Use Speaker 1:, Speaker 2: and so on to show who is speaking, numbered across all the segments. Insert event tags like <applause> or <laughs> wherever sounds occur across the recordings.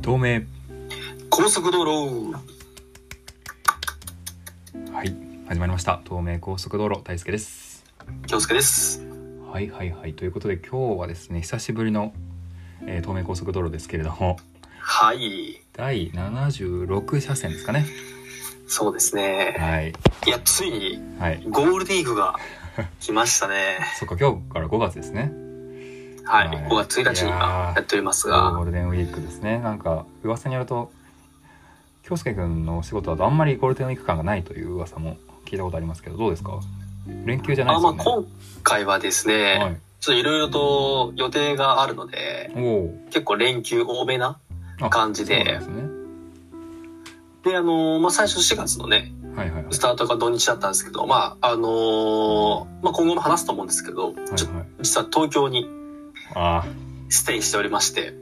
Speaker 1: 同盟
Speaker 2: 高速道路
Speaker 1: はい始まりました東名高速道路大輔です
Speaker 2: 京介です
Speaker 1: はいはいはいということで今日はですね久しぶりの、えー、東名高速道路ですけれども
Speaker 2: はい
Speaker 1: 第76車線ですかね
Speaker 2: そうですね
Speaker 1: はい
Speaker 2: いやついに
Speaker 1: はい
Speaker 2: ゴールデンウィーク
Speaker 1: <laughs>
Speaker 2: が来ましたね
Speaker 1: そっか今日から5月ですね
Speaker 2: はい
Speaker 1: はい
Speaker 2: 5月1日に今やっております
Speaker 1: ゴ
Speaker 2: が
Speaker 1: ールデンウィークですねなんか噂によると京介くんのお仕事だとあんまりゴールデンウィーク感がないという噂も聞いたことありますけどどうですか連休じゃない
Speaker 2: あ
Speaker 1: です
Speaker 2: まあ
Speaker 1: よね
Speaker 2: 今回はですね、
Speaker 1: はい、
Speaker 2: ちょっといろいろと予定があるので
Speaker 1: おお
Speaker 2: 結構連休多めな
Speaker 1: あ
Speaker 2: 感じで
Speaker 1: そうなんですね
Speaker 2: であのーまあ最初4月のね
Speaker 1: はいはいはい
Speaker 2: スタートが土日だったんですけどまああのーまあ今後も話すと思うんですけ
Speaker 1: は
Speaker 2: ど、ちょっ
Speaker 1: い
Speaker 2: と
Speaker 1: はい
Speaker 2: 実は東京に
Speaker 1: あ
Speaker 2: ステイしておりまして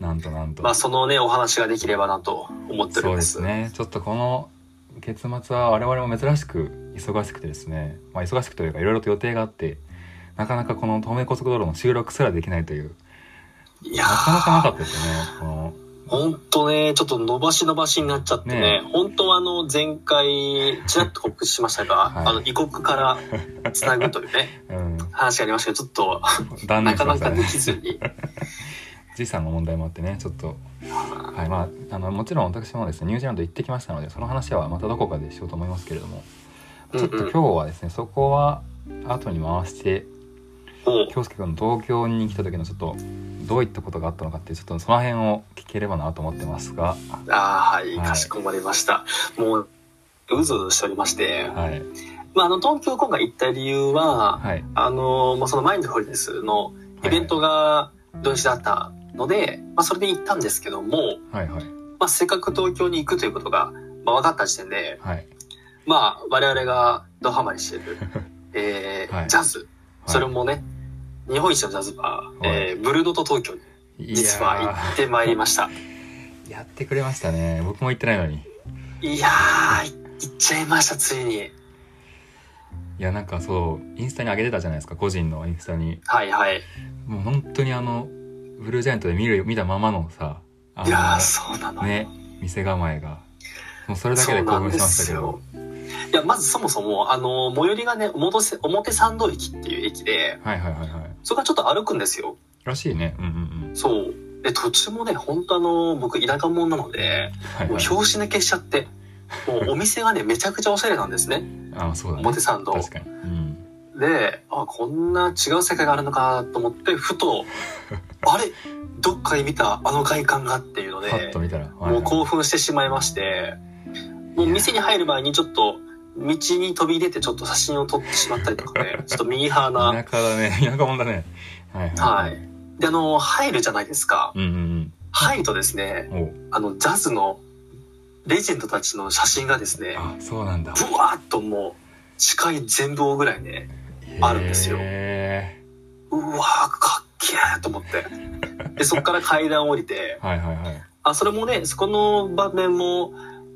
Speaker 1: あなんとなんと、
Speaker 2: まあそのねお話ができればなと思っており
Speaker 1: そう
Speaker 2: ま
Speaker 1: ですすねちょっとこの月末は我々も珍しく忙しくてですね、まあ、忙しくというかいろいろと予定があってなかなかこの東名高速道路の収録すらできないという
Speaker 2: い
Speaker 1: な
Speaker 2: や
Speaker 1: かなかなかっ
Speaker 2: ー
Speaker 1: たですよねこの
Speaker 2: ほんとねちょっと伸ばし伸ばしになっちゃってね本当はあの前回ちらっと告知しましたが、
Speaker 1: はい
Speaker 2: あの異国からつなぐとい
Speaker 1: <laughs>
Speaker 2: うね
Speaker 1: うん
Speaker 2: 話がありましたけどちょっと
Speaker 1: 断
Speaker 2: な
Speaker 1: 念し
Speaker 2: か
Speaker 1: ま
Speaker 2: な
Speaker 1: した
Speaker 2: かで
Speaker 1: ね
Speaker 2: きずに
Speaker 1: 時差の問題もあってねちょっとはいまああのもちろん私もですねニュージーランド行ってきましたのでその話はまたどこかでしようと思いますけれどもちょっと今日はですねそこは後に回して
Speaker 2: もう
Speaker 1: 京介君の東京に来た時のちょっとどういったことがあったのかっていうちょっとその辺を聞ければなと思ってますが
Speaker 2: ああはい、
Speaker 1: はい
Speaker 2: かしこまりましたもううずうずしておりまして、
Speaker 1: はい
Speaker 2: まあ、あの東京今回行った理由は、
Speaker 1: はい
Speaker 2: あのまあ、そのマインドフルネスのイベントが土日だったので、まあ、それで行ったんですけども、
Speaker 1: はいはい
Speaker 2: まあ、せっかく東京に行くということが、まあ、分かった時点で、
Speaker 1: はい
Speaker 2: まあ、我々がドハマりしている、
Speaker 1: <laughs>
Speaker 2: えー
Speaker 1: はい
Speaker 2: ジャズ、それもね日本一のジャズバー、
Speaker 1: はい
Speaker 2: えーブルーノと東京に
Speaker 1: い
Speaker 2: 実は行
Speaker 1: や
Speaker 2: ってまいりました
Speaker 1: ーやってくれましたね僕も行ってないのに
Speaker 2: いやー行っちゃいましたついに
Speaker 1: いやなんかそうインスタに上げてたじゃないですか個人のインスタに
Speaker 2: はいはい
Speaker 1: もう本当にあのブルージャイアントで見る見たままのさあ
Speaker 2: いやー
Speaker 1: の
Speaker 2: そうなのよ
Speaker 1: ね店構えがもうそれだけ
Speaker 2: そ
Speaker 1: で
Speaker 2: うな
Speaker 1: 興
Speaker 2: ん
Speaker 1: 奮
Speaker 2: で
Speaker 1: しました
Speaker 2: す
Speaker 1: けど
Speaker 2: よいやまずそもそもあの最寄りがね表せ表参道駅っていう駅で
Speaker 1: はいはいはいはい
Speaker 2: そこからちょっと歩くんですよ
Speaker 1: らしいねうんうんうん
Speaker 2: そうで途中もね本当あの僕田舎者なので
Speaker 1: はい
Speaker 2: もう
Speaker 1: はい
Speaker 2: 拍子抜けしちゃってもうお店がねめちゃくちゃおしゃれなんですね
Speaker 1: あーそうだね
Speaker 2: 表参道
Speaker 1: 確かにうん
Speaker 2: であこんな違う世界があるのかと思ってふ
Speaker 1: <laughs>
Speaker 2: とあれどっかで見たあの外観がっていうの
Speaker 1: パッ
Speaker 2: で
Speaker 1: と見たらはい
Speaker 2: も
Speaker 1: は
Speaker 2: う
Speaker 1: い
Speaker 2: 興奮してしまいましてもう店に入る前にちょっと道に飛び出てちょっと写真を撮ってしまったりと
Speaker 1: <laughs>
Speaker 2: かねちょっとミーハーな
Speaker 1: 田舎だね <laughs> 田舎もんだねはい
Speaker 2: はいであの入るじゃないですか
Speaker 1: うんうん
Speaker 2: 入るとですね
Speaker 1: うんおう
Speaker 2: あのジャズのレジェンドたちの写真がですね
Speaker 1: あそうなんだ
Speaker 2: ぶわーっともう視界全部ぐらいねあるんですよ
Speaker 1: へ
Speaker 2: うわーかっけーと思ってでそこから階段降りて
Speaker 1: ーはいはいはい
Speaker 2: あそれもねそこの場面も、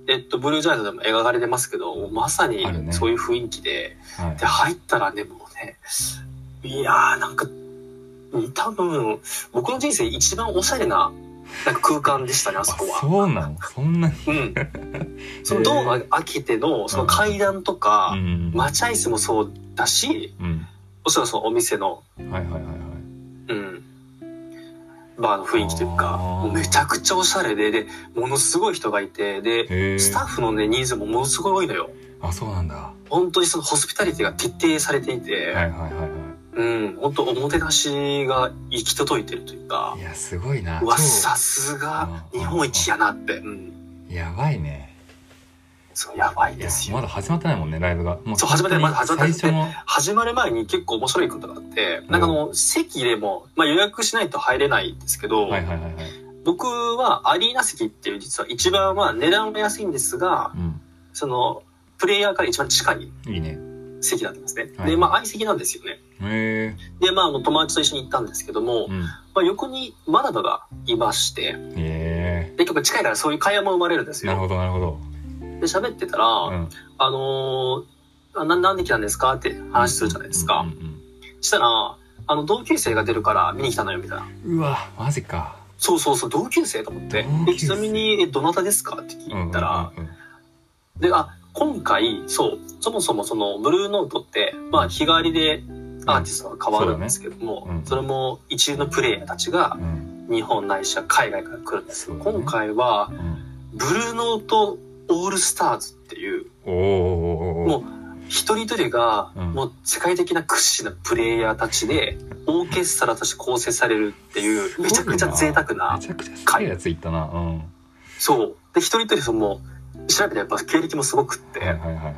Speaker 2: えっと、ブルージャイアントでも描かれてますけどもうまさに
Speaker 1: あるね
Speaker 2: そういう雰囲気で、
Speaker 1: はい
Speaker 2: で入ったらねもうねいやーなんか多分僕の人生一番おしゃれななんか空間でしたねあ
Speaker 1: あ
Speaker 2: そこは。
Speaker 1: そうなのそんなに
Speaker 2: うん、そのドーム開けてのその階段と
Speaker 1: う
Speaker 2: か、
Speaker 1: ん
Speaker 2: 待ち合い子もそうだし
Speaker 1: うん
Speaker 2: もちろんそのお店の
Speaker 1: うんはいはいはいはい
Speaker 2: うん、バーの雰囲気という
Speaker 1: あ
Speaker 2: か
Speaker 1: ー
Speaker 2: もうめちゃくちゃおしゃれででものすごい人がいてで
Speaker 1: へえ
Speaker 2: スタッフのね人数もものすごい多いのよ
Speaker 1: あそうなんだは
Speaker 2: 本当にそのホスピタリティが徹底されていて、
Speaker 1: いはいはいは
Speaker 2: うん本当おもてなしが行き届いてるというか
Speaker 1: いいやすごいな
Speaker 2: うわ
Speaker 1: 超
Speaker 2: さすが
Speaker 1: うん
Speaker 2: 日本一やなって、うん、
Speaker 1: やばいね
Speaker 2: そうやばい
Speaker 1: いや
Speaker 2: ですよ
Speaker 1: まだ始まってないもんねライブがも
Speaker 2: そう始まってないまだ始まってない
Speaker 1: 最初の
Speaker 2: 始まる前に結構面白いことがあってなんかあの席でも、まあ、予約しないと入れないんですけど、
Speaker 1: はいはいはいはい
Speaker 2: 僕はアリーナ席っていう実は一番まあ値段は安いんですが
Speaker 1: う
Speaker 2: そのプレイヤーから一番近い
Speaker 1: んいいね
Speaker 2: 席だったんですね、
Speaker 1: はい
Speaker 2: でまあ相席なんですよね
Speaker 1: へえ
Speaker 2: でまああの友達と一緒に行ったんですけども、
Speaker 1: うん
Speaker 2: まあ、横にマナドがいまして
Speaker 1: へ
Speaker 2: で結構近いからそういう会話も生まれるんです
Speaker 1: えなる
Speaker 2: よ
Speaker 1: ほどなるほど
Speaker 2: で喋ってたら、
Speaker 1: うん
Speaker 2: あのーあななんで来たんですかって話するじゃないですか、
Speaker 1: うんうんうん
Speaker 2: したらあの同級生が出るから見に来たのよみたいな
Speaker 1: うわマジか
Speaker 2: そうそうそう、同級生と思って
Speaker 1: 同。級生
Speaker 2: でちなみに、え、どなたですかって聞いたら、
Speaker 1: うんうん
Speaker 2: で、あ、今回、そう、そもそもその、ブルーノートって、まあ、日替わりでアーティストが変わるんですけど
Speaker 1: そう
Speaker 2: も、そ,、
Speaker 1: だねうん
Speaker 2: れも一流のプレイヤーたちが
Speaker 1: うんうん
Speaker 2: 日本ないしは海外から来るんですよ。
Speaker 1: そうだね
Speaker 2: 今回は、
Speaker 1: うん
Speaker 2: ブルーノートオールスターズっていう、
Speaker 1: おーおーおーおー
Speaker 2: もう一人一人が、
Speaker 1: うん
Speaker 2: もう世界的な屈指なプレイヤーたちで、オーケストラとして構成されるっていう、めちゃくちゃ贅沢な
Speaker 1: め、ちゃくちゃすげえやついったなうん
Speaker 2: そう。で、一人一人その、調べたらやっぱ経歴もすごくっ
Speaker 1: はいはい
Speaker 2: て、
Speaker 1: はいは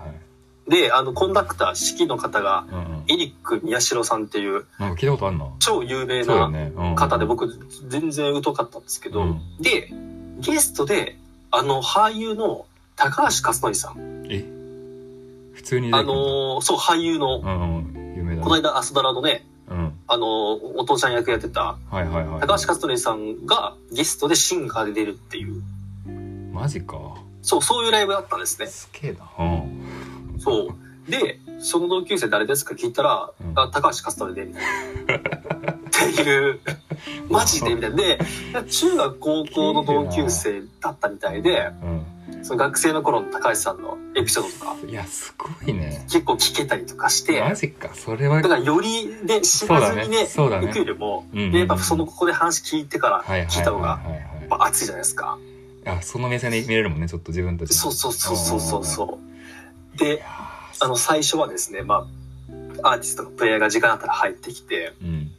Speaker 1: い
Speaker 2: で、あの、コンダクター、指揮の方が、
Speaker 1: うんうん
Speaker 2: エリック宮代さんっていう
Speaker 1: なんか聞いたことあるな
Speaker 2: 超有名
Speaker 1: そうよ
Speaker 2: な
Speaker 1: ねうん
Speaker 2: 方で、僕全然疎かったんですけど、
Speaker 1: うん
Speaker 2: で、ゲストで、あの、俳優の高橋克典さん、
Speaker 1: え普通に出
Speaker 2: あ
Speaker 1: てくるんだ
Speaker 2: の、そう、俳優の、
Speaker 1: うんうん有名だね
Speaker 2: この間、朝ドラのね、
Speaker 1: うん
Speaker 2: あの、お父ちゃん役やってた
Speaker 1: はいはいはい
Speaker 2: 高橋克典さんがゲストでシンガーで出るっていう、
Speaker 1: マジか
Speaker 2: そう、そういうライブだったんですね。
Speaker 1: すげえなうん
Speaker 2: そう。で、その同級生誰ですか聞いたら、
Speaker 1: うん
Speaker 2: あ高橋克典で、みたいな。っていう、マジでみたいな。で、中学高校の同級生だったみたいで、
Speaker 1: うん
Speaker 2: その学生の頃の高橋さんのエピソードとか、
Speaker 1: いやすごいね
Speaker 2: 結構聞けたりとかして、
Speaker 1: マジかそれは
Speaker 2: だからよりね、知らずにね、
Speaker 1: そうだねそうだね
Speaker 2: 行くよりも、
Speaker 1: うんうんうん
Speaker 2: でやっぱそのここで話聞いてから
Speaker 1: はい
Speaker 2: 聞い
Speaker 1: はい
Speaker 2: た
Speaker 1: は
Speaker 2: 方が、
Speaker 1: いはい
Speaker 2: やっ
Speaker 1: は
Speaker 2: ぱ熱いじゃないですか。
Speaker 1: いあその目線で見れるもんねちょっと自分たちの
Speaker 2: そうそうそうそうそうそう。
Speaker 1: い
Speaker 2: で、
Speaker 1: やー
Speaker 2: あの最初はですね、まあ、アーティストのプレイヤーが時間あったら入ってきて、
Speaker 1: うん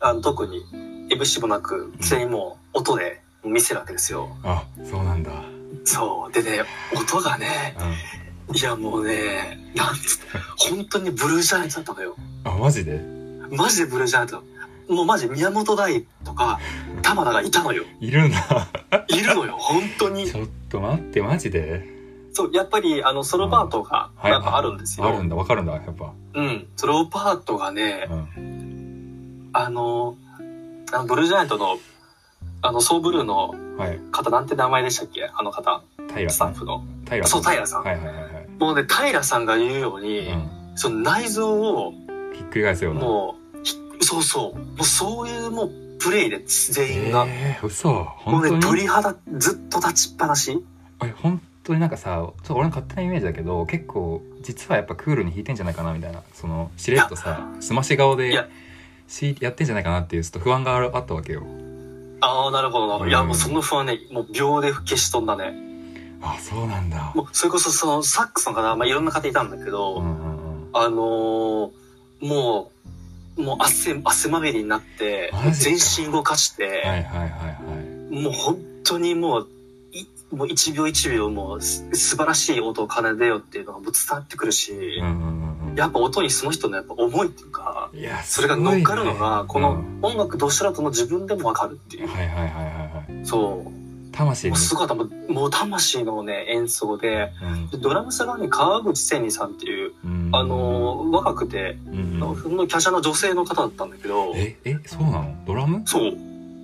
Speaker 2: あの特にえぶしもなく常にもう音で見せるわけですよ
Speaker 1: あそうなんだうん
Speaker 2: そうでね音がねいやもうねなんつって本当にブルージャイアントだったのよ
Speaker 1: あマジで
Speaker 2: マジでブルージャイアントもうマジ宮本大とか玉田がいたのよ
Speaker 1: いるん
Speaker 2: <laughs>
Speaker 1: だ
Speaker 2: い
Speaker 1: <laughs>
Speaker 2: るのよ本当に
Speaker 1: ちょっと待ってマジで
Speaker 2: そうやっぱりあのソロパートが
Speaker 1: はい
Speaker 2: やっぱあるんですよ、
Speaker 1: あるんだわかるんだやっぱ
Speaker 2: うんソロパートがね
Speaker 1: うん
Speaker 2: あのあのブルージャイアントのあのソーブルーの
Speaker 1: はい
Speaker 2: 方なんて名前でしたっけあの方
Speaker 1: 平
Speaker 2: ス
Speaker 1: さ
Speaker 2: タ
Speaker 1: ん
Speaker 2: ッフの
Speaker 1: 平
Speaker 2: そう平さん
Speaker 1: はいはいはいはい
Speaker 2: もうね、平さんが言うように、
Speaker 1: う
Speaker 2: その内臓を、
Speaker 1: んひっくり返すような
Speaker 2: もうひ、そうそう、もうそういうもうプレイで全員が、
Speaker 1: えー、嘘
Speaker 2: も
Speaker 1: 本
Speaker 2: う
Speaker 1: 当
Speaker 2: ね、
Speaker 1: に
Speaker 2: 鳥肌ずっと立ちっぱなし
Speaker 1: え本当になんかさちょっと俺の勝手なイメージだけど結構実はやっぱクールに弾いてんじゃないかなみたいなそのしれっとさすまし顔
Speaker 2: い
Speaker 1: で
Speaker 2: や
Speaker 1: しやってんじゃないかなっていうちょっと不安があるあったわけよ
Speaker 2: ああ、なるほど
Speaker 1: う
Speaker 2: な。
Speaker 1: ん
Speaker 2: いや、もうその不安ね、もう秒で消し飛んだね。
Speaker 1: あそうなんだ
Speaker 2: もう、それこそそのサックスの方、まあ、いろんな方いたんだけど、
Speaker 1: うんうんうん
Speaker 2: あのーもう、もう汗、汗まみれになって
Speaker 1: マ、ジ
Speaker 2: 全
Speaker 1: か
Speaker 2: 身動かして、
Speaker 1: はいはいはいは
Speaker 2: もう本当にもう、いもう一秒一秒もうす素晴らしい音を奏でようっていうのがもう伝わってくる
Speaker 1: い
Speaker 2: し
Speaker 1: う、んうんうんうん
Speaker 2: やっぱ音にその人のやっぱ思いっていうか、
Speaker 1: いや
Speaker 2: それが乗っかるの
Speaker 1: すごいね
Speaker 2: が、こ
Speaker 1: う
Speaker 2: の
Speaker 1: ん
Speaker 2: 音楽ど素人の自分でもわかるっていう。
Speaker 1: はいはいはいはいはい
Speaker 2: そ
Speaker 1: 魂
Speaker 2: う。も
Speaker 1: に
Speaker 2: う姿も、もう魂のね、演奏で、
Speaker 1: うん
Speaker 2: でドラムスがね、川口千里さんっていう、
Speaker 1: うん
Speaker 2: あのー若くて、
Speaker 1: うんうん
Speaker 2: その華奢な女性の方だったんだけど、
Speaker 1: ええそうなのドラム
Speaker 2: そう。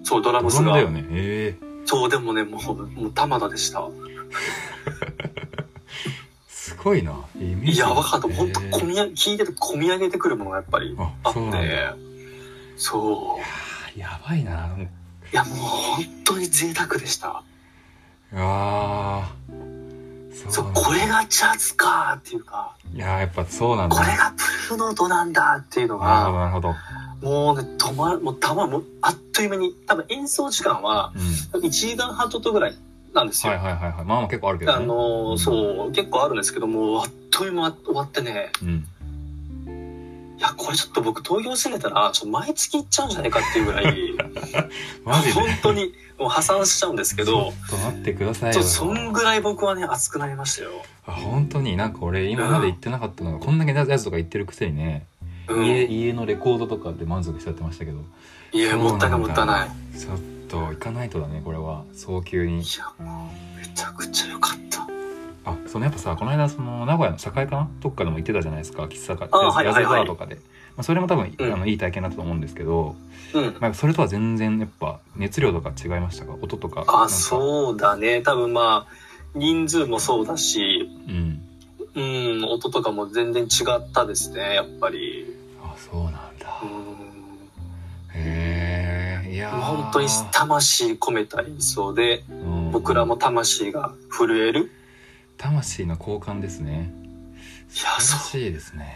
Speaker 2: そう、ドラ
Speaker 1: ド
Speaker 2: ム
Speaker 1: ラ
Speaker 2: ス
Speaker 1: ム
Speaker 2: が
Speaker 1: だ。よねええ
Speaker 2: そう、でもね、もう、もう玉田でした。
Speaker 1: すごいなイメー
Speaker 2: い
Speaker 1: ジ
Speaker 2: やばかった、本当
Speaker 1: ええ
Speaker 2: 込み上げ、聞いてて込み上げてくるものがやっぱりあ
Speaker 1: あ
Speaker 2: っ
Speaker 1: そうなんだ
Speaker 2: て、そう。
Speaker 1: あやばいな。
Speaker 2: いや、もう本当に贅沢でした。
Speaker 1: ああ。
Speaker 2: そ
Speaker 1: そう
Speaker 2: う、
Speaker 1: なんだ
Speaker 2: これがジャズかっていうか、
Speaker 1: いやーやっぱそうなんだ。
Speaker 2: これがブルーノートなんだっていうの
Speaker 1: なるほど
Speaker 2: が、
Speaker 1: なるほど。
Speaker 2: もうね、止まる、もうたまもうあっという間に、多分演奏時間は
Speaker 1: うん。
Speaker 2: 1時間半ちょっとぐらいなんですよ。
Speaker 1: はいはいはいはい。まあまあ結構あるけど、
Speaker 2: あ
Speaker 1: ね。
Speaker 2: のーそう、結構あるんですけども、あっという間に終わってね、
Speaker 1: うん。
Speaker 2: いや、これちょっと僕東京住んでたら、ちょっと毎月行っちゃうんじゃないかっていうぐらい、
Speaker 1: マジで。
Speaker 2: 本当にもう破産しちゃうんですけど、
Speaker 1: ちょっと待ってください
Speaker 2: ちょ
Speaker 1: よ。
Speaker 2: っとそんぐらい僕はね、熱くなりましたよ。
Speaker 1: あ本当になんか俺今まで言ってなかったのがこんだけジャズとか言ってるくせにね、
Speaker 2: うん、
Speaker 1: 家
Speaker 2: い
Speaker 1: 家のレコードとかで満足しちゃってましたけど
Speaker 2: や、もったいないもったいない。
Speaker 1: いちょっと行かないとだねこれは早急に
Speaker 2: いや、もうめちゃくちゃ良かった。
Speaker 1: あそのやっぱさこの間その名古屋の栄かなとかでも行ってたじゃないですか喫茶
Speaker 2: あ
Speaker 1: カ
Speaker 2: はいはいはい
Speaker 1: バーとかで、まあ、それも多分、
Speaker 2: うん
Speaker 1: あのいい体験だったと思うんですけど、
Speaker 2: うん。
Speaker 1: まあ、それとは全然やっぱ熱量とか違いましたか音とか
Speaker 2: あ、
Speaker 1: う、
Speaker 2: そうだね。多分まあ、人数もそうだし、
Speaker 1: うん、
Speaker 2: うん、音とかも全然違ったですね、やっぱり。
Speaker 1: あそうなんだ
Speaker 2: うん。
Speaker 1: へえいやー
Speaker 2: 本当に魂込めた演奏で
Speaker 1: うん
Speaker 2: 僕らも魂が震える
Speaker 1: 魂の交換ですね素
Speaker 2: いや
Speaker 1: 晴
Speaker 2: そう
Speaker 1: らしいですね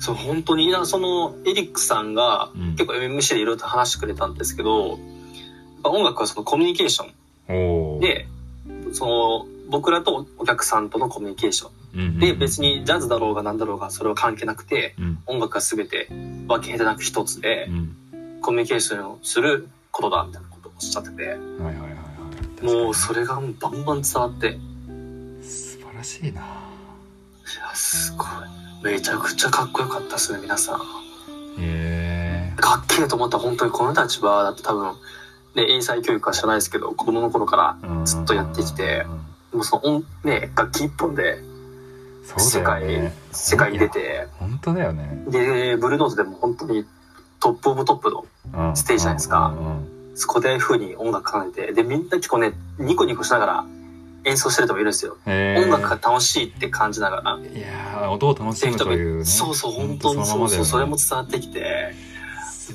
Speaker 2: そう本当になそのエリックさんが
Speaker 1: うん
Speaker 2: 結構 MC でいろいろと話してくれたんですけど音楽はそのコミュニケーショ
Speaker 1: お
Speaker 2: ン
Speaker 1: お
Speaker 2: でその僕らとお客さんとのコミュニケーションで別
Speaker 1: に
Speaker 2: にジャズだろうが何だろうがそれは関係なくて
Speaker 1: うん
Speaker 2: 音楽は全て分け隔てなく一つで
Speaker 1: うん
Speaker 2: コミュニケーションをすることだみたいなことをおっしゃってて
Speaker 1: はいはいはいはい
Speaker 2: もうそ
Speaker 1: 確
Speaker 2: れがバンバン伝わってい
Speaker 1: かに素晴らしいな
Speaker 2: やすごいめちゃくちゃかっこよかったですね皆さん。
Speaker 1: へえ
Speaker 2: かっけえと思った本当にこの立場だって多分ね英才教育は知らないですけど子供の頃からずっとやってきてもうその音ね楽器一本で
Speaker 1: そうだよね
Speaker 2: 世界に出て
Speaker 1: 本当だよね
Speaker 2: でブルーノーズでも本当にトップオブトップの
Speaker 1: うん
Speaker 2: ステージじゃないですか
Speaker 1: うんうん
Speaker 2: そこで風に音楽奏でてでみんな結構ねニコニコしながら演奏してる人もいるんですよ、
Speaker 1: へー
Speaker 2: 音楽が楽しいって感じながら。
Speaker 1: いやー音を楽しむというね
Speaker 2: そうそう本当
Speaker 1: ほん
Speaker 2: に
Speaker 1: と
Speaker 2: そ
Speaker 1: のまま
Speaker 2: う
Speaker 1: だ
Speaker 2: そ
Speaker 1: よ
Speaker 2: う
Speaker 1: ね
Speaker 2: それも伝わってきて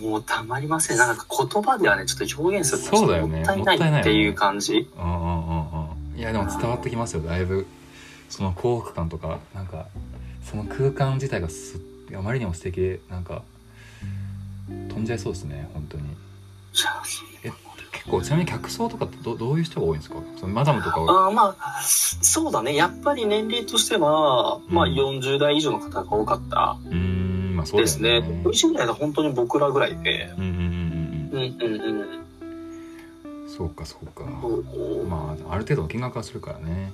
Speaker 2: もうたまりませんなんか言葉ではねちょっと表現するのは
Speaker 1: そうだよね
Speaker 2: もったいないっていう感じ、
Speaker 1: うんうんうんうんいやでも伝わってきますよだいぶその幸福感とかなんかその空間自体がすあまりにも素敵でなんか飛んじゃいそうですね本当に
Speaker 2: いや
Speaker 1: 結構ちなみに客層とかってどどういう人が多いんですかそのマダムとかは
Speaker 2: あーまあそうだねやっぱり年齢としては、まあ、
Speaker 1: うん
Speaker 2: 40代以上の方が多かった
Speaker 1: うーんまあそう
Speaker 2: で
Speaker 1: だ
Speaker 2: す
Speaker 1: よ
Speaker 2: ね
Speaker 1: ね
Speaker 2: 20代は本当に僕らぐらいで
Speaker 1: うんうんうん
Speaker 2: うんうんうん
Speaker 1: うんそうかそうか
Speaker 2: そう
Speaker 1: まあある程度の金額はするからね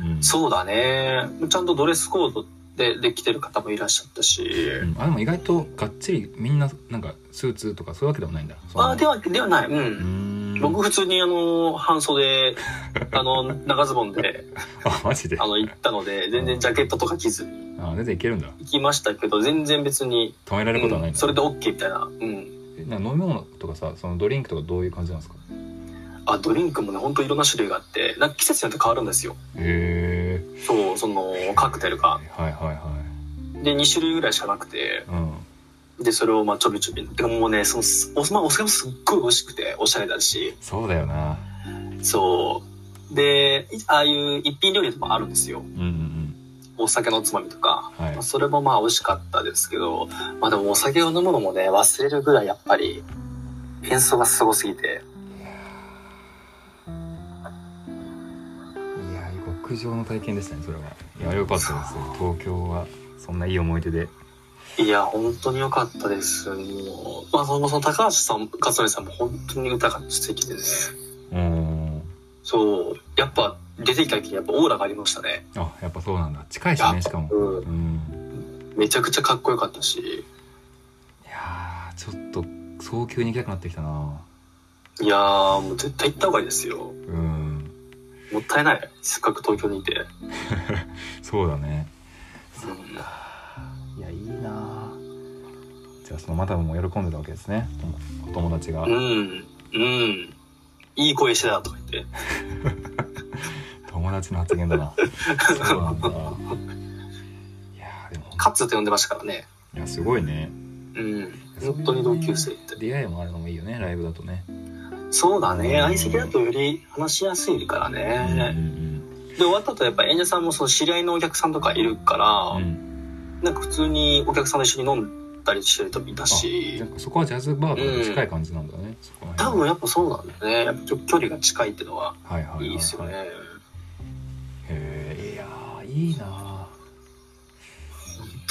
Speaker 1: うん
Speaker 2: そうだねちゃんとドレスコードでできてる方もいらっしゃったし、
Speaker 1: うんあでも意外とがっちりみんななんかスーツとかそういうわけでもないんだそんな
Speaker 2: ああではではないうん、
Speaker 1: うーん
Speaker 2: 僕普通にあの半袖あの長ズボンで
Speaker 1: あマジで
Speaker 2: あの行ったので全然ジャケットとか着ずに
Speaker 1: あ全然いけるんだ
Speaker 2: 行きましたけど全然別に、
Speaker 1: 止められることはない
Speaker 2: うんん
Speaker 1: だ、
Speaker 2: それで OK みたいな、うん、
Speaker 1: えなんか飲み物とかさそのドリンクとかどういう感じなんですか
Speaker 2: あドリンクもね本当いろんな種類があってなんか季節によって変わるんですよ
Speaker 1: へえ
Speaker 2: そうそのカクテルが
Speaker 1: はいはいは
Speaker 2: で2種類ぐらいしかなくて
Speaker 1: いうん
Speaker 2: でそれをまあちょびちょびでもうねそのお,、まあ、お酒もすっごい美味しくておしゃれだし
Speaker 1: そうだよな
Speaker 2: そうでいああいう一品料理とかもあるんですよ
Speaker 1: うんうんうん
Speaker 2: お酒のおつまみとか、
Speaker 1: はい
Speaker 2: まあそれもまあ美味しかったですけどまあでもお酒を飲むのもね忘れるぐらいやっぱり演奏がすごすぎて
Speaker 1: いや極上の体験でしたねそれはいやよかったです東京はそんないい思い出で
Speaker 2: いや本当に良かったですもう、まあ、そのその高橋さん勝則さんも本当に歌が素敵でね
Speaker 1: うーん
Speaker 2: そうやっぱ出てきた時にやっぱオーラがありましたね
Speaker 1: あやっぱそうなんだ近いしねしかも
Speaker 2: うん
Speaker 1: うん
Speaker 2: めちゃくちゃかっこよかったし
Speaker 1: いやーちょっと早急に行きたくなってきたない
Speaker 2: やーもう絶対行った方がいいですよ
Speaker 1: うん
Speaker 2: もったいないせっかく東京にいて、
Speaker 1: そうだね
Speaker 2: うん
Speaker 1: いやいいなじゃあそのマダムも喜んでたわけですねお友達が
Speaker 2: うんうんいい声してたとか言って
Speaker 1: 友達の発言だなそうなんだいやーでも
Speaker 2: カッツって呼んでましたからね
Speaker 1: いやすごいね
Speaker 2: うん本当に同級生って
Speaker 1: 出会いもあるのもいいよねライブだとね、
Speaker 2: そうだ
Speaker 1: う
Speaker 2: ね
Speaker 1: ん
Speaker 2: 相席だとより話しやすいから
Speaker 1: う
Speaker 2: ね、
Speaker 1: ん
Speaker 2: で終わった後やっぱ演者さんもその知り合いのお客さんとかいるから
Speaker 1: う、んうん
Speaker 2: なんか普通にお客さんと一緒に飲んだりしてる人もいたし
Speaker 1: なんかそこはジャズバーとかと近い感じなんだね、そこら
Speaker 2: 多
Speaker 1: 辺
Speaker 2: 分やっぱそうなんだねやっぱちょ距離が近いってのは
Speaker 1: はいはいはい
Speaker 2: いいですよね、
Speaker 1: へえいやーいいな
Speaker 2: 本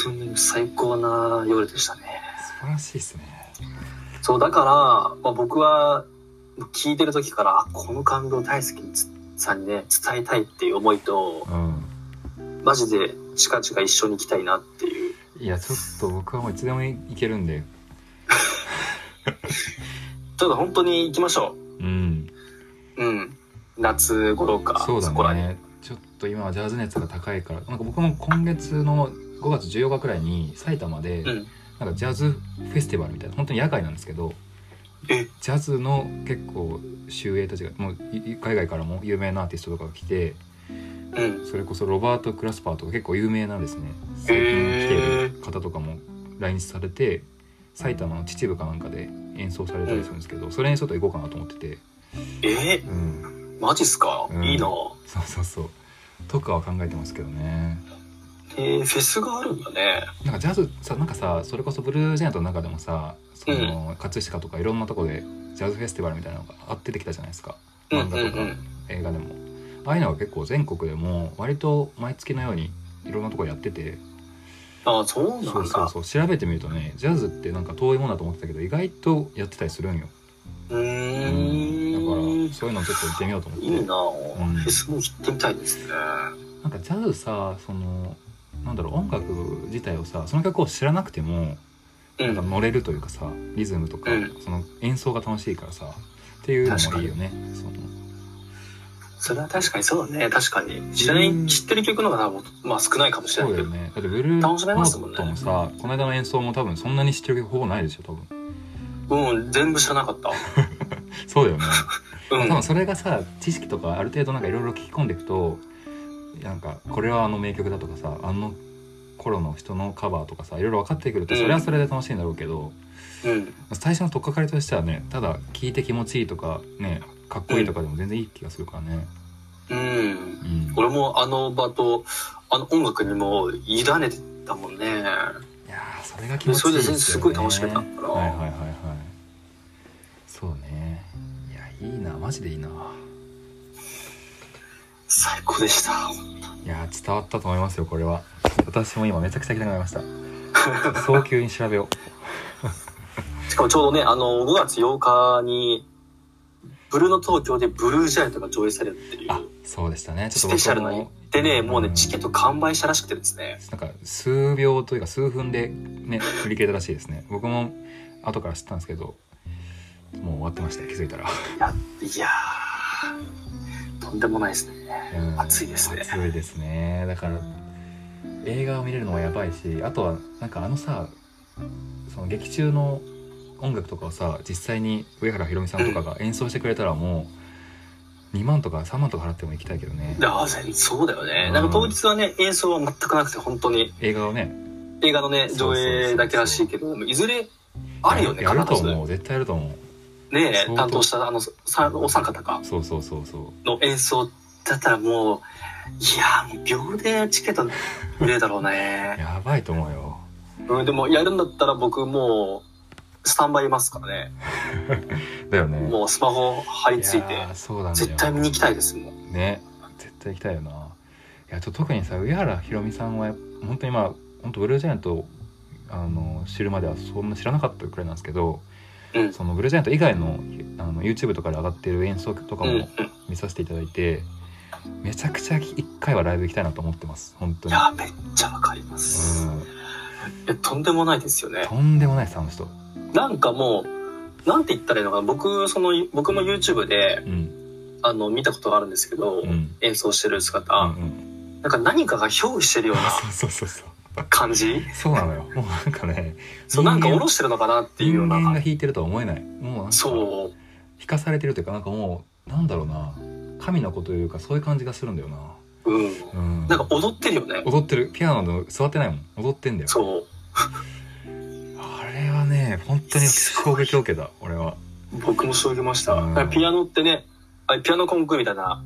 Speaker 2: 当に最高な夜でしたね
Speaker 1: ー素晴らしいですね
Speaker 2: そうだから、まあ、僕は聞いてる時からあこの感動大好きさんにね伝えたいっていう思いと
Speaker 1: うん
Speaker 2: マジで近々一緒に行きたいなっていう
Speaker 1: いやちょっと僕はもういつでも行けるんで
Speaker 2: ただ本当に行きましょ
Speaker 1: うん
Speaker 2: ううん夏頃か
Speaker 1: そう
Speaker 2: こ
Speaker 1: だ
Speaker 2: らに
Speaker 1: ねちょっと今はジャズ熱が高いからなんか僕も今月の5月14日くらいに埼玉で、
Speaker 2: うん
Speaker 1: なんかジャズフェスティバルみたいな本当に野外なんですけど
Speaker 2: え
Speaker 1: ジャズの結構秀英たちがもうい海外からも有名なアーティストとかが来て
Speaker 2: うん
Speaker 1: それこそロバート・クラスパーとか結構有名なんですね最近来てる方とかも来日されて埼玉の秩父かなんかで演奏されたりするんですけど、それにちょっと行こうかなと思ってて、
Speaker 2: え
Speaker 1: うん、
Speaker 2: ー、マジっすか、
Speaker 1: うん
Speaker 2: いいな
Speaker 1: そうそうそうとかは考えてますけどね
Speaker 2: えー、フェスがあるんだね。
Speaker 1: なんかジャズさなんかさそれこそブルージェイアントの中でもさその、葛飾とかいろんなとこでジャズフェスティバルみたいなのがあって出てきたじゃないですか
Speaker 2: うんう
Speaker 1: 漫
Speaker 2: ん
Speaker 1: 画
Speaker 2: う
Speaker 1: とか
Speaker 2: ん。
Speaker 1: 映画でも、ああいうのが結構全国でも割と毎月のようにいろんなとこやってて
Speaker 2: あ、そうな
Speaker 1: そうんそう
Speaker 2: だ。
Speaker 1: そう調べてみるとねジャズってなんか遠いもんだと思ってたけど意外とやってたりするんよ、
Speaker 2: う
Speaker 1: う
Speaker 2: ー
Speaker 1: ん、だから
Speaker 2: ん。
Speaker 1: そういうのちょっと行ってみようと思って
Speaker 2: いいな、
Speaker 1: ん
Speaker 2: フェスも行ってみたいですね。
Speaker 1: なんかジャズさそのなんだろう音楽自体をさその曲を知らなくても
Speaker 2: う
Speaker 1: なんか
Speaker 2: ん。
Speaker 1: 乗れるというかさリズムとか、
Speaker 2: うん
Speaker 1: その演奏が楽しいからさっていうのもいいよねその
Speaker 2: それは確かにそうだね。確かに。知らな
Speaker 1: うん
Speaker 2: い、知ってる曲の方が多分、まあ少ないかもしれ
Speaker 1: そ
Speaker 2: な
Speaker 1: う
Speaker 2: い
Speaker 1: だ
Speaker 2: け
Speaker 1: よ
Speaker 2: ど。
Speaker 1: ねだってブルー
Speaker 2: 楽しめますもんね
Speaker 1: ノートもさこの間の演奏も多分そんなに知ってる曲ほぼないでしょ多分
Speaker 2: うん、全部知らなかった。
Speaker 1: そうだよね
Speaker 2: う
Speaker 1: 多
Speaker 2: ん。
Speaker 1: 分それがさ知識とかある程度なんかいろいろ聞き込んでいくとなんかこれはあの名曲だとかさあの頃の人のカバーとかさいろいろ分かってくるとそれはそれで楽しいんだろうけど、
Speaker 2: うん。
Speaker 1: 最初の取っかかりとしてはねただ聴いて気持ちいいとかねかっこいいとかでも全然いい気がするからね、
Speaker 2: うん。
Speaker 1: うん、
Speaker 2: 俺もあの場と、あの音楽にもう委ねてたもんね。
Speaker 1: いやーそれが気持ちい
Speaker 2: そ
Speaker 1: い
Speaker 2: れで
Speaker 1: よ
Speaker 2: 全然すごい楽しめた
Speaker 1: は
Speaker 2: か
Speaker 1: い
Speaker 2: ら
Speaker 1: はいはいはいそうねいやいいなマジでいいな
Speaker 2: 最高でした。
Speaker 1: いやー伝わったと思いますよこれは私も今めちゃくちゃ行きたくなりました
Speaker 2: <laughs>
Speaker 1: 早急に調べよ
Speaker 2: しかもちょうどね、あの、5月8日に、ブルーノ東京でブルージャイアントが上映されるってい
Speaker 1: う
Speaker 2: う
Speaker 1: あそうでしたねち
Speaker 2: ス
Speaker 1: ょっ
Speaker 2: ペ
Speaker 1: と
Speaker 2: シャル
Speaker 1: 僕
Speaker 2: な
Speaker 1: も
Speaker 2: でね、もうね、
Speaker 1: ん
Speaker 2: チケット完売したらしくてですね。
Speaker 1: なんか数秒というか数分でね売り切れたらしいですね僕も後から知ったんですけどもう終わってました気づいたら
Speaker 2: いやー、とんでもないですね。
Speaker 1: うん
Speaker 2: 暑いですね
Speaker 1: 暑いですねだから映画を見れるのはやばいしあとはなんかあのさその劇中の音楽とかをさ実際に上原ひろみさんとかが演奏してくれたらもう2万とか3万とか払っても行きたいけどね
Speaker 2: ああ、そうだよね。
Speaker 1: うん
Speaker 2: なんか当日はね、演奏は全くなくて、本当に
Speaker 1: 映画をね
Speaker 2: 映画のね、
Speaker 1: そうそう
Speaker 2: 上
Speaker 1: そう
Speaker 2: 映だけらしいけど、でもいずれあるよね、
Speaker 1: やると
Speaker 2: 必ず。
Speaker 1: 思う絶対やると思う
Speaker 2: ね
Speaker 1: 相当
Speaker 2: 担当した、あの、さお三方か、
Speaker 1: そうそうそうそ
Speaker 2: の演奏だったらもう、いやー、もう秒でチケット売れるだろうね
Speaker 1: う。やばいと思うよ
Speaker 2: うん、でもやるんだったら僕もうスタンバイいますからね、
Speaker 1: だよね
Speaker 2: もうスマホ張り付いて
Speaker 1: やーそうなんだよ
Speaker 2: 絶対見に行きたいですもん
Speaker 1: ね絶対行きたいよないやちょ特にさ上原ひろみさんは本当にまあ本当ブルージャイアントあの知るまではそんな知らなかったくらいなんですけど
Speaker 2: うん
Speaker 1: そのブルージャイアント以外のあの YouTube とかで上がってる演奏とか
Speaker 2: うんうん
Speaker 1: も見させていただいて、めちゃくちゃ一回はライブ行きたいなと思ってます本当
Speaker 2: い
Speaker 1: に、
Speaker 2: やーめっちゃわかります、えとんでもないですよ
Speaker 1: うん、
Speaker 2: ね
Speaker 1: とんでもないですあの人
Speaker 2: なんかもうなんて言ったらいいのかな僕その僕も YouTube で
Speaker 1: うん
Speaker 2: あの見たことがあるんですけど、
Speaker 1: うん
Speaker 2: 演奏してる姿、
Speaker 1: うんうん、
Speaker 2: なんか何かが憑依してるような
Speaker 1: そうそうそうそう
Speaker 2: 感
Speaker 1: <laughs>
Speaker 2: じ
Speaker 1: そうなのよもうなんかね
Speaker 2: そうなんか下ろしてるのかなっていうよう
Speaker 1: 人
Speaker 2: な
Speaker 1: 間が弾いてるとは思えないもうなんか
Speaker 2: そう
Speaker 1: 引かされてるというかなんかもうなんだろうな神の子というかそういう感じがするんだよな、
Speaker 2: うん
Speaker 1: うん、
Speaker 2: なんか踊ってるよね
Speaker 1: 踊ってるピアノの座ってないもん踊ってんだよ
Speaker 2: そう
Speaker 1: あれはね本当に衝撃を受けた俺は <laughs>
Speaker 2: 僕もそう言いました、
Speaker 1: うん
Speaker 2: ピアノってねあピアノコンクールみたいな、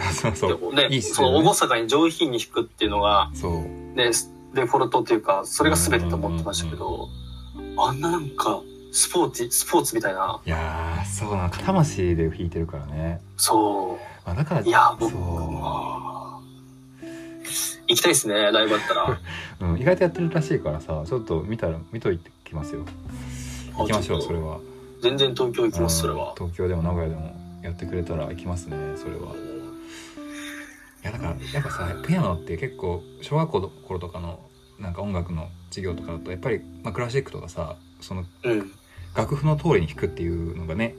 Speaker 1: あそうそう
Speaker 2: ね
Speaker 1: いいっすよね
Speaker 2: その厳かに上品に弾くっていうのが、
Speaker 1: そう
Speaker 2: ね、デフォルトというかそれが全てと思ってましたけど、あんななんかスポーツスポーツみたいない
Speaker 1: やーそうなの魂で弾いてるからね、
Speaker 2: そ
Speaker 1: まあ、だから
Speaker 2: ういや僕
Speaker 1: そ
Speaker 2: は行きたいですねライブだったら
Speaker 1: う、うん、意外とやってるらしいからさちょっと見たら見といてきますよ <laughs> 行きましょうそれは
Speaker 2: 全然東京行きますそれ
Speaker 1: うん
Speaker 2: は
Speaker 1: 東京でも名古屋でもやってくれたら行きますねそれはいやだからやっぱさピアノって結構小学校の頃とかのなんか音楽の授業とかだとやっぱり、まあ、クラシックとかさその
Speaker 2: うん
Speaker 1: 楽譜の通りに弾くっていうのがね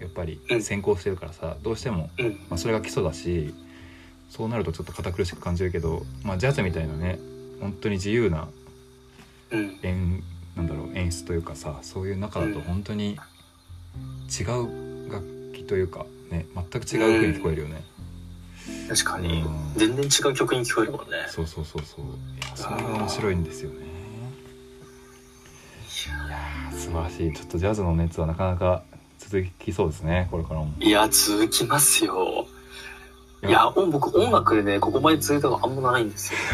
Speaker 1: やっぱり先行してるからさどうしても、
Speaker 2: うん
Speaker 1: まあ、それが基礎だしそうなるとちょっと堅苦しく感じるけど、まあ、ジャズみたいなね本当に自由な
Speaker 2: うん
Speaker 1: 演なんだろう演出というかさそういう中だと本当に違う楽器というか、ね、全く違う風に聞こえるよね。
Speaker 2: 確かに
Speaker 1: うん
Speaker 2: 全然違う曲に聞こえるもんね
Speaker 1: そうそうそうそう。いやそれが面白いんですよね。いや素晴らしいちょっとジャズの熱はなかなか続きそうですねこれからも
Speaker 2: いや、続きますよ。いや、お僕、音楽でね、ここまで続いたのあんまないんですよね。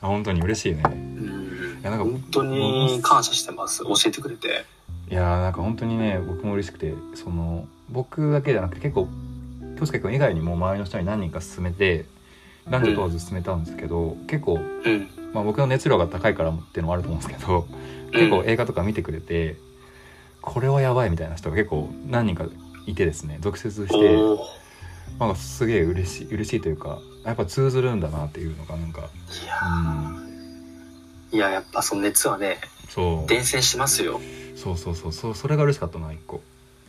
Speaker 1: あ本当に嬉しいね
Speaker 2: うん
Speaker 1: いやなんか
Speaker 2: 本当に感謝してます。教えてくれて。
Speaker 1: いやーなんか本当にね僕も嬉しくてその僕だけじゃなくて結構京介君以外にも周りの人に何人か勧めて男女問わず勧めたんですけど、結構、
Speaker 2: うん。
Speaker 1: まあ、僕の熱量が高いからっていうのもあると思うんですけど結構映画とか見てくれて、これはやばいみたいな人が結構何人かいてですね続出し
Speaker 2: うん、
Speaker 1: て、
Speaker 2: おー
Speaker 1: まあ、すげえ嬉しい嬉しいというかやっぱ通ずるんだなっていうのがなんか、
Speaker 2: いや
Speaker 1: うん、
Speaker 2: ー、いや、やっぱその熱はね、
Speaker 1: そう
Speaker 2: 伝染しますよ。
Speaker 1: そうそうそうそうそれが嬉しかったな一個。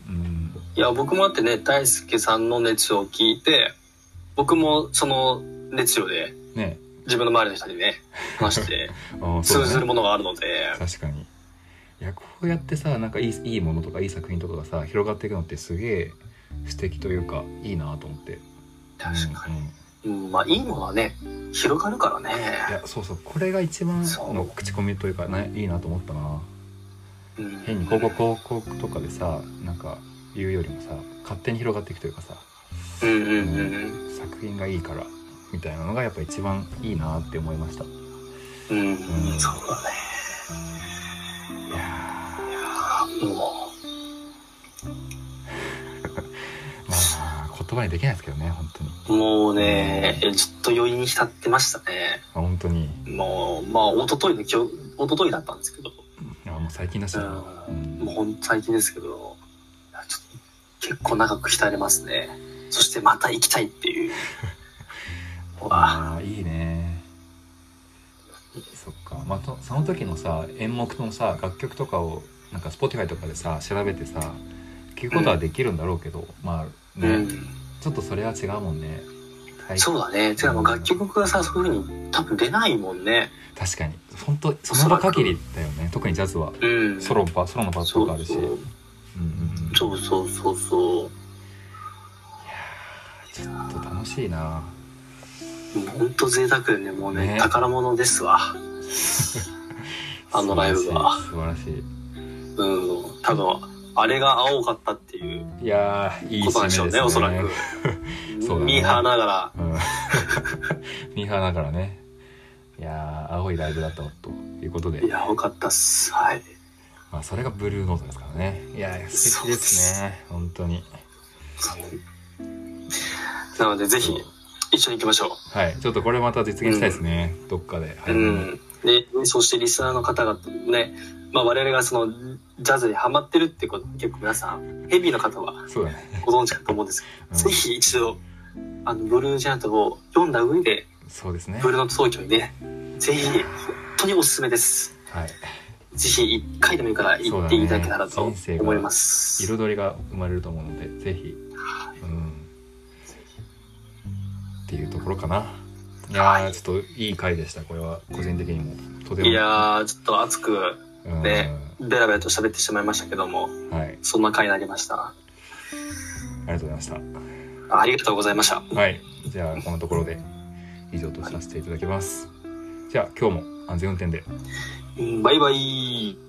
Speaker 1: うん
Speaker 2: いや、僕もだってね、大輔さんの熱を聞いて、僕もその熱量で、
Speaker 1: ね
Speaker 2: 自分の周りの人にね、話して、
Speaker 1: あー <laughs> そうだ
Speaker 2: 通
Speaker 1: ね
Speaker 2: ずるものがあるので、
Speaker 1: 確かにいやこうやってさなんかいいいいものとかいい作品とかがさ広がっていくのってすげえ素敵というかいいなと思って
Speaker 2: 確か
Speaker 1: うんう
Speaker 2: に。
Speaker 1: んい
Speaker 2: うん、まあ、いいものはね、広がるからね。
Speaker 1: やそうそうこれが一番
Speaker 2: そう
Speaker 1: の口コミというかねいいなと思ったな
Speaker 2: うん
Speaker 1: 変に広告広告とかでさなんか言うよりもさ勝手に広がっていくというかさ
Speaker 2: うんうんうん
Speaker 1: 作品がいいからみたいなのがやっぱ一番いいなって思いましたい
Speaker 2: うん、うん、そうだね。
Speaker 1: や
Speaker 2: も
Speaker 1: ーまあ言葉にできないですけどね本当に、ま
Speaker 2: う、もうね、ちょっと余韻に浸ってましたね。
Speaker 1: あ、本当に
Speaker 2: もう、まあ、一昨日の今日、一昨日だったんですけど、
Speaker 1: あもう最近だしな
Speaker 2: う
Speaker 1: うん
Speaker 2: ん、もうほんと最近ですけど、いやちょっと結構長く浸れますね。そしてまた行きたいっ
Speaker 1: <laughs>
Speaker 2: ていう。うわ
Speaker 1: ああいいねそっか、まあ、とその時のさ演目のさ楽曲とかをなんか Spotify とかでさ調べてさ聞くことはできるんだろうけど、まあ
Speaker 2: う
Speaker 1: ね、
Speaker 2: ん、
Speaker 1: ちょっとそれは違うもんね、はい、
Speaker 2: そうだね。てかもう楽曲がさ、そういうふうに多分出ないもんね。
Speaker 1: 確かに本当その場限りだよね特にジャズは
Speaker 2: うん。
Speaker 1: ソロばソロのパートと
Speaker 2: そう
Speaker 1: か
Speaker 2: そ
Speaker 1: あ
Speaker 2: う
Speaker 1: るしうんうんうん
Speaker 2: そうそうそうそう。
Speaker 1: ちょっと楽しいな
Speaker 2: 本当贅沢でねもうね
Speaker 1: ね
Speaker 2: 宝物ですわあのライブは
Speaker 1: 素晴らしい素晴
Speaker 2: うん多分あれが青かったっていう
Speaker 1: らしいいやーいい
Speaker 2: こと
Speaker 1: 締め
Speaker 2: な
Speaker 1: で
Speaker 2: んですしょう
Speaker 1: ね
Speaker 2: ねおそらく、
Speaker 1: <laughs> そうだね
Speaker 2: ミーハーながら
Speaker 1: うんミーハーだからねいやー青いライブだったということで
Speaker 2: い、や青かったっすはい
Speaker 1: まあ、それがブルーノートですからねいやー素敵ですね本当に
Speaker 2: なのでぜひ一緒に行きましょ
Speaker 1: はいちょっとこれまた実現したいですね、どっかで
Speaker 2: う、
Speaker 1: 早め
Speaker 2: う
Speaker 1: に、
Speaker 2: んでそしてリスナーの方々もね、まあ、我々がそのジャズにハマってるってこと結構皆さんヘビーの方は
Speaker 1: そうだね、
Speaker 2: ご存知かと思うんですけ
Speaker 1: う
Speaker 2: ど、
Speaker 1: ん
Speaker 2: ぜひ一度あのブルージャントを読んだ上で
Speaker 1: そうですね
Speaker 2: ブルーノート東京にねぜひ本当におすすめです
Speaker 1: はい
Speaker 2: ぜひ一回でもいいから行っていただけたらと
Speaker 1: そうだね人生が
Speaker 2: 思います。
Speaker 1: 彩りが生まれると思うのでぜひうんっていうところかないやー、
Speaker 2: はい
Speaker 1: ちょっといい回でしたこれは個人的にもとても
Speaker 2: いやー、ちょっと熱く
Speaker 1: うん
Speaker 2: ねベラベラと喋ってしまいましたけども、
Speaker 1: はいあり
Speaker 2: そんな回になりました。
Speaker 1: がとうございました
Speaker 2: ありがとうございました。
Speaker 1: はい、じゃあこのところで以上とさせていただきます。じゃあ今日も安全運転で。
Speaker 2: バイバイ。